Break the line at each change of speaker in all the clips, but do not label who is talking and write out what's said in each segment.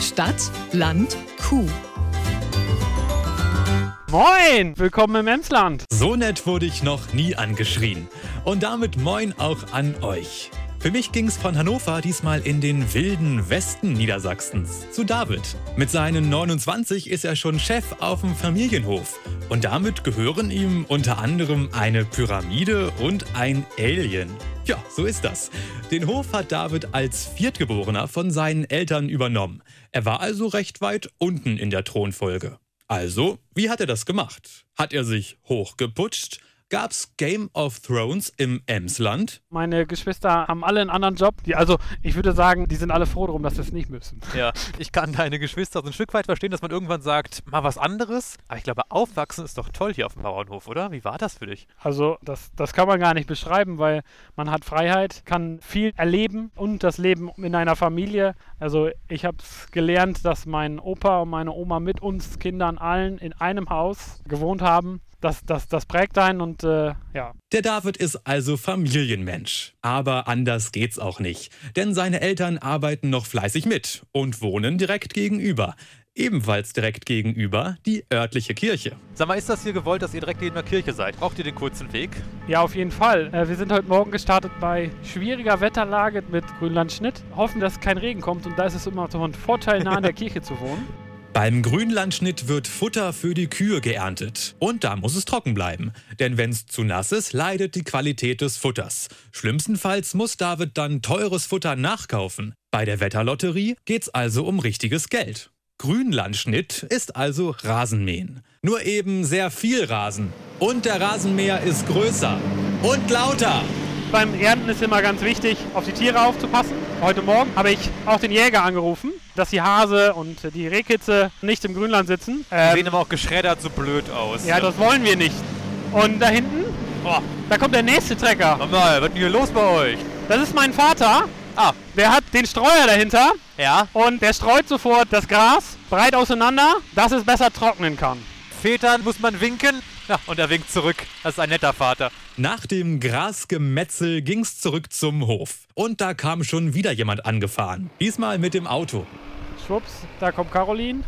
Stadt, Land, Kuh.
Moin! Willkommen im Emsland.
So nett wurde ich noch nie angeschrien. Und damit moin auch an euch. Für mich ging's von Hannover diesmal in den wilden Westen Niedersachsens zu David. Mit seinen 29 ist er schon Chef auf dem Familienhof. Und damit gehören ihm unter anderem eine Pyramide und ein Alien. Ja, so ist das. Den Hof hat David als Viertgeborener von seinen Eltern übernommen. Er war also recht weit unten in der Thronfolge. Also, wie hat er das gemacht? Hat er sich hochgeputscht? Gab's Game of Thrones im Emsland?
Meine Geschwister haben alle einen anderen Job. Die, also, ich würde sagen, die sind alle froh drum, dass sie es nicht müssen.
Ja, ich kann deine Geschwister so ein Stück weit verstehen, dass man irgendwann sagt, mal was anderes. Aber ich glaube, aufwachsen ist doch toll hier auf dem Bauernhof, oder? Wie war das für dich?
Also, das, das kann man gar nicht beschreiben, weil man hat Freiheit, kann viel erleben und das Leben in einer Familie. Also, ich habe es gelernt, dass mein Opa und meine Oma mit uns Kindern allen in einem Haus gewohnt haben. Das, das, das prägt einen und äh, ja.
Der David ist also Familienmensch. Aber anders geht's auch nicht. Denn seine Eltern arbeiten noch fleißig mit und wohnen direkt gegenüber. Ebenfalls direkt gegenüber die örtliche Kirche.
Sag mal, ist das hier gewollt, dass ihr direkt neben der Kirche seid? Braucht ihr den kurzen Weg?
Ja, auf jeden Fall. Äh, wir sind heute Morgen gestartet bei schwieriger Wetterlage mit Grünlandschnitt. Hoffen, dass kein Regen kommt und da ist es immer so ein Vorteil, nah an der Kirche zu wohnen.
Beim Grünlandschnitt wird Futter für die Kühe geerntet. Und da muss es trocken bleiben. Denn wenn es zu nass ist, leidet die Qualität des Futters. Schlimmstenfalls muss David dann teures Futter nachkaufen. Bei der Wetterlotterie geht's also um richtiges Geld. Grünlandschnitt ist also Rasenmähen. Nur eben sehr viel Rasen. Und der Rasenmäher ist größer und lauter.
Beim Ernten ist immer ganz wichtig, auf die Tiere aufzupassen. Heute Morgen habe ich auch den Jäger angerufen, dass die Hase und die Rehkitze nicht im Grünland sitzen.
Die sehen aber auch geschreddert so blöd aus.
Ähm. ja, das wollen wir nicht. Und da hinten,
Oh,
da kommt der nächste Trecker.
sag mal, was ist denn hier los bei euch?
Das ist mein Vater.
Ah,
Der hat den Streuer dahinter
ja.
und der streut sofort das Gras breit auseinander, dass es besser trocknen kann.
Vätern muss man winken. Ja, und er winkt zurück. Das ist ein netter Vater.
Nach dem Grasgemetzel ging's zurück zum Hof. Und da kam schon wieder jemand angefahren. Diesmal mit dem Auto.
Schwupps, da kommt Caroline.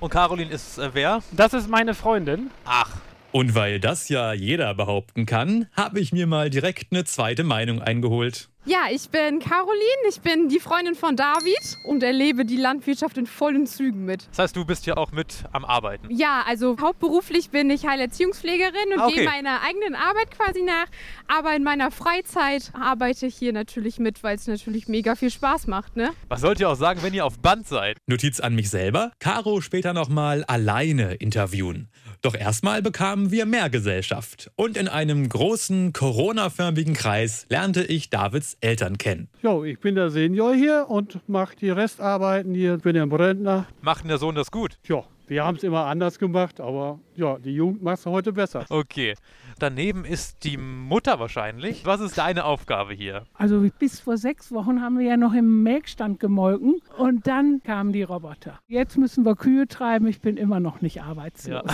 Und Caroline ist äh, wer?
Das ist meine Freundin.
Ach,
Und weil das ja jeder behaupten kann, habe ich mir mal direkt eine zweite Meinung eingeholt.
Ja, ich bin Caroline, ich bin die Freundin von David und erlebe die Landwirtschaft in vollen Zügen mit.
das heißt, du bist ja auch mit am Arbeiten.
Ja, also hauptberuflich bin ich Heilerziehungspflegerin und
Ah, okay.
gehe meiner eigenen Arbeit quasi nach. Aber in meiner Freizeit arbeite ich hier natürlich mit, weil es natürlich mega viel Spaß macht, ne?
Was sollt ihr auch sagen, wenn ihr auf Band seid?
Notiz an mich selber, Caro später nochmal alleine interviewen. Doch erstmal bekamen wir mehr Gesellschaft. Und in einem großen, Corona-förmigen Kreis lernte ich Davids Eltern kennen.
Jo, ich bin der Senior hier und mache die Restarbeiten hier. Ich bin ja ein Rentner.
Macht denn der Sohn das gut?
Tja, wir haben es immer anders gemacht, aber ja, die Jugend macht es heute besser.
Okay. Daneben ist die Mutter wahrscheinlich. Was ist deine Aufgabe hier?
Also bis vor sechs Wochen haben wir ja noch im Melkstand gemolken und dann kamen die Roboter. Jetzt müssen wir Kühe treiben, ich bin immer noch nicht arbeitslos.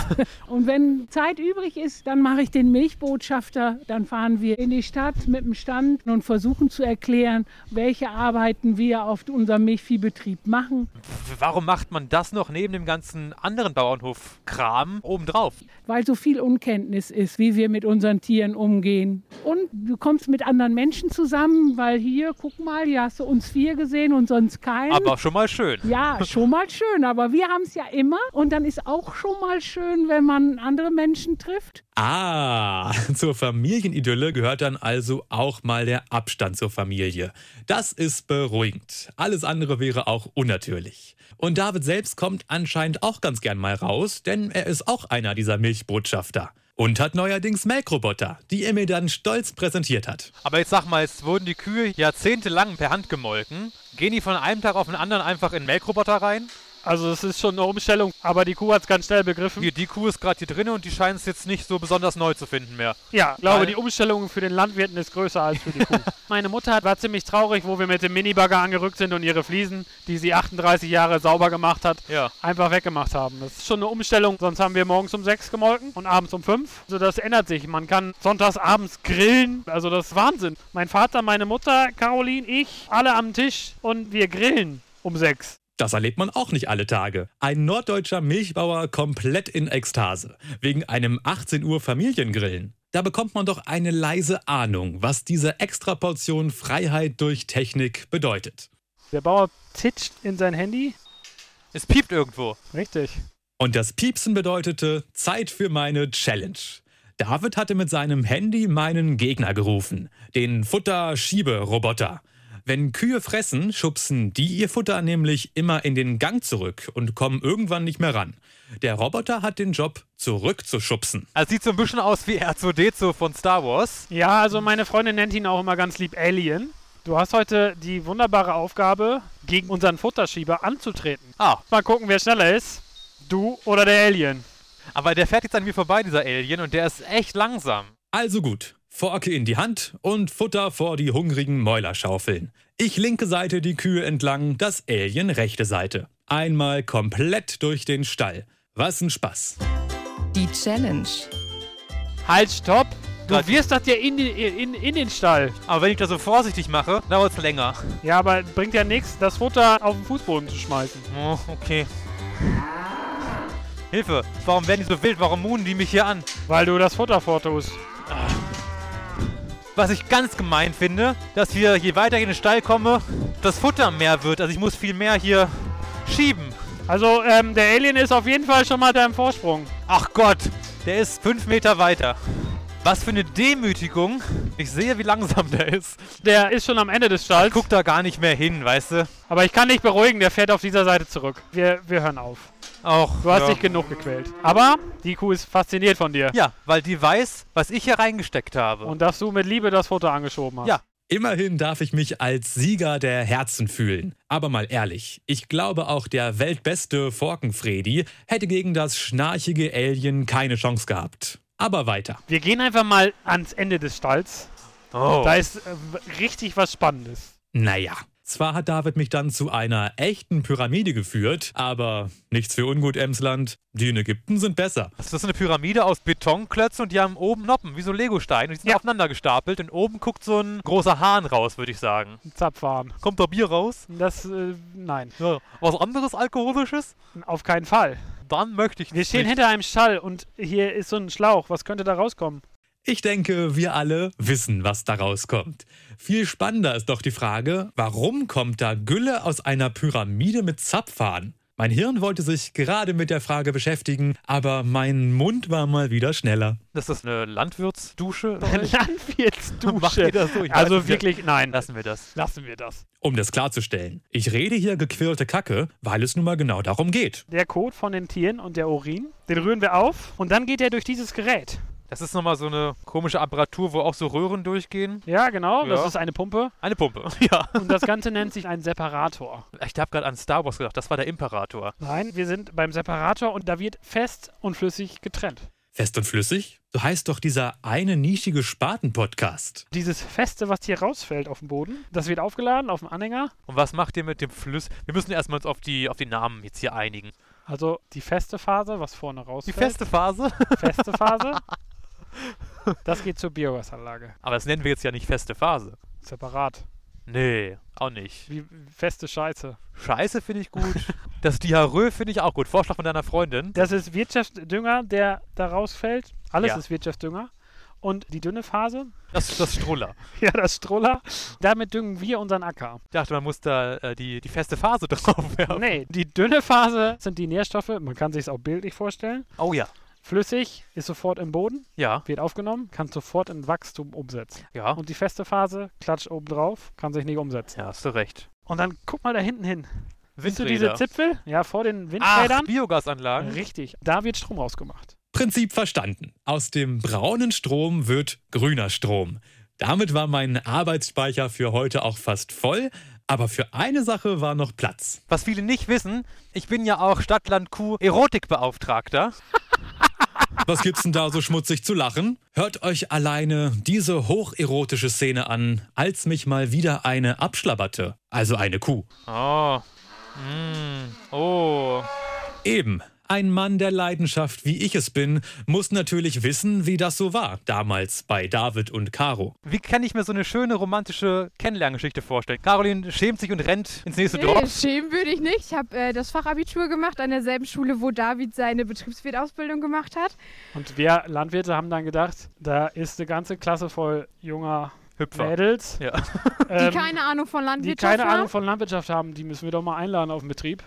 Und wenn Zeit übrig ist, dann mache ich den Milchbotschafter, dann fahren wir in die Stadt mit dem Stand und versuchen zu erklären, welche Arbeiten wir auf unserem Milchviehbetrieb machen.
W- Warum macht man das noch neben dem ganzen anderen Bauernhof-Kram obendrauf?
weil so viel Unkenntnis ist, wie wir mit unseren Tieren umgehen. Und du kommst mit anderen Menschen zusammen, weil hier, guck mal, hier hast du uns vier gesehen und sonst keinen.
Aber schon mal schön.
ja, schon mal schön, aber wir haben es ja immer. Und dann ist auch schon mal schön, wenn man andere Menschen trifft.
Ah, zur Familienidylle gehört dann also auch mal der Abstand zur Familie. Das ist beruhigend. Alles andere wäre auch unnatürlich. Und David selbst kommt anscheinend auch ganz gern mal raus, denn er ist auch einer dieser Milchbotschafter. Und hat neuerdings Melkroboter, die er mir dann stolz präsentiert hat.
Aber jetzt sag mal, jetzt wurden die Kühe jahrzehntelang per Hand gemolken. Gehen die von einem Tag auf den anderen einfach in Melkroboter rein?
Also es ist schon eine Umstellung, aber die Kuh hat es ganz schnell begriffen.
Hier, die Kuh ist gerade hier drin und die scheint es jetzt nicht so besonders neu zu finden mehr.
Ja, ich glaube,
Weil-
die Umstellung für den Landwirten ist größer als für die Kuh. Meine Mutter hat- war ziemlich traurig, wo wir mit dem Minibagger angerückt sind und ihre Fliesen, die sie 38 Jahre sauber gemacht hat,
Ja.
einfach weggemacht haben. Das ist schon eine Umstellung. Sonst haben wir morgens um 6 gemolken und abends um 5. Also das ändert sich. Man kann sonntags abends grillen. Also das ist Wahnsinn. Mein Vater, meine Mutter, Caroline, ich, alle am Tisch und wir grillen um 6.
Das erlebt man auch nicht alle Tage. Ein norddeutscher Milchbauer komplett in Ekstase. Wegen einem 18 Uhr Familiengrillen. Da bekommt man doch eine leise Ahnung, was diese Extraportion Freiheit durch Technik bedeutet.
Der Bauer titscht in sein Handy.
Es piept irgendwo.
Richtig.
Und das Piepsen bedeutete Zeit für meine Challenge. David hatte mit seinem Handy meinen Gegner gerufen, den Futter-Schiebe-Roboter. Wenn Kühe fressen, schubsen die ihr Futter nämlich immer in den Gang zurück und kommen irgendwann nicht mehr ran. Der Roboter hat den Job, zurückzuschubsen.
Also sieht so ein bisschen aus wie R2D2 von Star Wars.
Ja, also meine Freundin nennt ihn auch immer ganz lieb Alien. Du hast heute die wunderbare Aufgabe, gegen unseren Futterschieber anzutreten.
Ah,
Mal gucken, wer schneller ist. Du oder der Alien.
aber der fährt jetzt an mir vorbei, dieser Alien, und der ist echt langsam.
Also gut, Forke in die Hand und Futter vor die hungrigen Mäuler schaufeln. Ich linke Seite die Kühe entlang, das Alien rechte Seite. Einmal komplett durch den Stall. Was ein Spaß.
Die Challenge.
Halt, stopp! Du
Gott.
wirst das ja in, den- in, in den Stall.
Aber wenn ich das so vorsichtig mache, dauert es länger.
Ja, aber bringt ja nichts, das Futter auf den Fußboden zu schmeißen.
Oh, okay. Hilfe, warum werden die so wild? Warum muhen die mich hier an?
Weil du das Futter vortust.
Was ich ganz gemein finde, dass hier, je weiter ich in den Stall komme, das Futter mehr wird. Also ich muss viel mehr hier schieben.
Also, ähm, der Alien ist auf jeden Fall schon mal da im Vorsprung.
Ach Gott, der ist fünf Meter weiter. Was für eine Demütigung. Ich sehe, wie langsam der ist.
Der ist schon am Ende des Stalls.
Guck da gar nicht mehr hin, weißt du?
Aber ich kann dich beruhigen, der fährt auf dieser Seite zurück. Wir, wir hören auf.
Auch.
Du hast
ja.
dich genug gequält. Aber die Kuh ist fasziniert von dir.
Ja, weil die weiß, was ich hier reingesteckt habe.
Und dass du mit Liebe das Futter angeschoben hast.
Ja.
Immerhin darf ich mich als Sieger der Herzen fühlen. Aber mal ehrlich, ich glaube auch der weltbeste Forkenfredi hätte gegen das schnarchige Alien keine Chance gehabt. Aber weiter.
Wir gehen einfach mal ans Ende des Stalls.
oh.
Da ist äh, w- richtig was Spannendes.
Naja. Zwar hat David mich dann zu einer echten Pyramide geführt, aber nichts für ungut, Emsland. Die in Ägypten sind besser.
Das ist eine Pyramide aus Betonklötzen und die haben oben Noppen, wie so Legosteine. Und die sind
Ja.
aufeinander gestapelt und oben guckt so ein großer Hahn raus, würde ich sagen.
Ein Zapfhahn.
Kommt da Bier raus?
Das, äh, nein.
Ja. Was anderes Alkoholisches?
Auf keinen Fall.
Dann möchte ich
Wir stehen
nicht.
hinter einem Stall und hier ist so ein Schlauch. Was könnte da rauskommen?
Ich denke, wir alle wissen, was daraus kommt. Viel spannender ist doch die Frage, warum kommt da Gülle aus einer Pyramide mit Zapfhahn? Mein Hirn wollte sich gerade mit der Frage beschäftigen, aber mein Mund war mal wieder schneller.
Das ist eine Landwirtsdusche. Macht
Landwirtsdusche.
ihr das so? Ich weiß
Also
nicht.
wirklich, nein.
Lassen wir das.
lassen wir das.
Um das klarzustellen, ich rede hier gequirlte Kacke, weil es nun mal genau darum geht.
Der Kot von den Tieren und der Urin, den rühren wir auf und dann geht er durch dieses Gerät.
Das ist nochmal so eine komische Apparatur, wo auch so Röhren durchgehen.
Ja, genau.
Ja.
Das ist eine Pumpe.
Eine Pumpe, ja.
Und das Ganze nennt sich ein Separator.
Ich habe gerade an Star Wars gedacht, das war der Imperator.
Nein, wir sind beim Separator und da wird fest und flüssig getrennt.
Fest und flüssig? So heißt doch dieser eine nischige Spaten-Podcast.
Dieses Feste, was hier rausfällt auf dem Boden, das wird aufgeladen auf dem Anhänger.
Und was macht ihr mit dem Flüss? Wir müssen erstmal uns auf die, auf die Namen jetzt hier einigen.
Also die feste Phase, was vorne
Die
rausfällt.
feste Phase?
feste Phase. Das geht zur Biogasanlage.
Aber das nennen wir jetzt ja nicht feste Phase.
Separat.
Nee, auch nicht.
Wie feste Scheiße.
Scheiße finde ich gut. Das Diarrhoe finde ich auch gut. Vorschlag von deiner Freundin.
Das ist Wirtschaftsdünger, der da rausfällt. Alles
Ja.
ist Wirtschaftsdünger. Und die dünne Phase,
Das, das Struller.
ja, das Stroller, damit düngen wir unseren Acker.
Ich dachte, man muss da äh, die, die feste Phase drauf werfen.
Nee, die dünne Phase sind die Nährstoffe, man kann sich es auch bildlich vorstellen.
Oh ja.
Flüssig ist sofort im Boden,
Ja,
wird aufgenommen, kann sofort in Wachstum umsetzen.
ja.
Und die feste Phase, Klatsch oben drauf, kann sich nicht umsetzen.
Ja, hast du recht.
Und dann guck mal da hinten hin. Siehst du diese
Windräder.
Zipfel? Ja, vor den
Ach,
Windrädern.
Biogasanlagen.
Richtig, da wird Strom rausgemacht.
Prinzip verstanden. Aus dem braunen Strom wird grüner Strom. Damit war mein Arbeitsspeicher für heute auch fast voll, aber für eine Sache war noch Platz.
Was viele nicht wissen, ich bin ja auch Stadtland-Kuh Erotikbeauftragter.
Was gibt's denn da so schmutzig zu lachen? Hört euch alleine diese hocherotische Szene an, als mich mal wieder eine abschlabberte, also eine Kuh.
Oh. Mm. Oh.
Eben. Ein Mann der Leidenschaft, wie ich es bin, muss natürlich wissen, wie das so war, damals bei David und Caro.
Wie kann ich mir so eine schöne romantische Kennenlerngeschichte vorstellen? Caroline schämt sich und rennt ins nächste
Nee,
Dorf.
schämen würde ich nicht. Ich habe äh, das Fachabitur gemacht an derselben Schule, wo David seine Betriebswirtausbildung gemacht hat.
Und wir Landwirte haben dann gedacht, da ist eine ganze Klasse voll junger
Hüpfer.
Mädels,
Ja.
Die
ähm,
keine Ahnung von
die
Landwirtschaft
keine Ahnung
haben.
von Landwirtschaft haben. Die müssen wir doch mal einladen auf den Betrieb.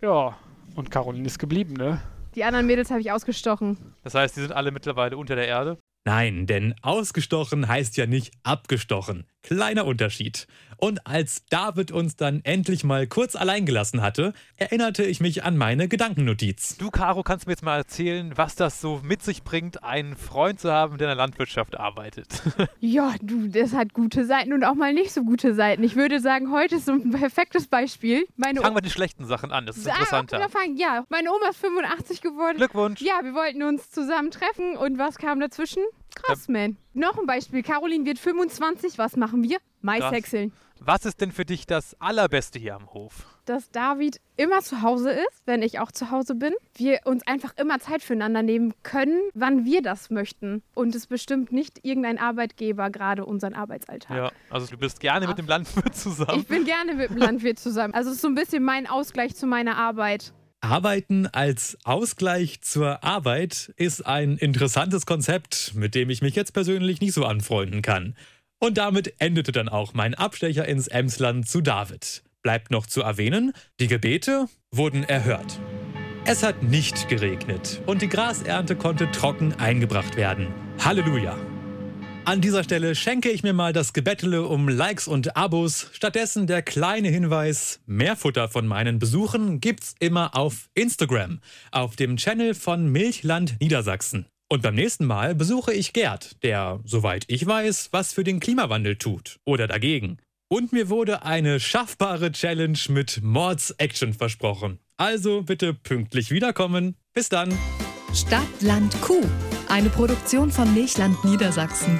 Ja, und Caroline ist geblieben, ne?
Die anderen Mädels habe ich ausgestochen.
Das heißt, die sind alle mittlerweile unter der Erde.
Nein, denn ausgestochen heißt ja nicht abgestochen. Kleiner Unterschied. Und als David uns dann endlich mal kurz allein gelassen hatte, erinnerte ich mich an meine Gedankennotiz.
Du, Caro, kannst mir jetzt mal erzählen, was das so mit sich bringt, einen Freund zu haben, der in der Landwirtschaft arbeitet.
Ja, du, das hat gute Seiten und auch mal nicht so gute Seiten. Ich würde sagen, heute ist so ein perfektes Beispiel. Meine
Fangen wir die schlechten Sachen an, das ist
Ah,
interessanter.
wir fangen- ja, meine Oma ist 85 geworden.
Glückwunsch.
Ja, wir wollten uns zusammen treffen und was kam dazwischen? Crossman. Noch ein Beispiel. Caroline wird 25. Was machen wir? Mais-Häckseln.
Was ist denn für dich das Allerbeste hier am Hof?
Dass David immer zu Hause ist, wenn ich auch zu Hause bin. Wir uns einfach immer Zeit füreinander nehmen können, wann wir das möchten. Und es bestimmt nicht irgendein Arbeitgeber gerade unseren Arbeitsalltag.
Ja, also du bist gerne mit dem Landwirt zusammen.
Ich bin gerne mit dem Landwirt zusammen. Also es ist so ein bisschen mein Ausgleich zu meiner Arbeit.
Arbeiten als Ausgleich zur Arbeit ist ein interessantes Konzept, mit dem ich mich jetzt persönlich nicht so anfreunden kann. Und damit endete dann auch mein Abstecher ins Emsland zu David. Bleibt noch zu erwähnen, die Gebete wurden erhört. Es hat nicht geregnet und die Grasernte konnte trocken eingebracht werden. Halleluja! An dieser Stelle schenke ich mir mal das Gebettele um Likes und Abos. Stattdessen der kleine Hinweis, mehr Futter von meinen Besuchen gibt's immer auf Instagram, auf dem Channel von Milchland Niedersachsen. Und beim nächsten Mal besuche ich Gerd, der, soweit ich weiß, was für den Klimawandel tut oder dagegen. Und mir wurde eine schaffbare Challenge mit Mords-Action versprochen. Also bitte pünktlich wiederkommen. Bis dann.
Stadt, Land, Kuh. Eine Produktion von Milchland Niedersachsen.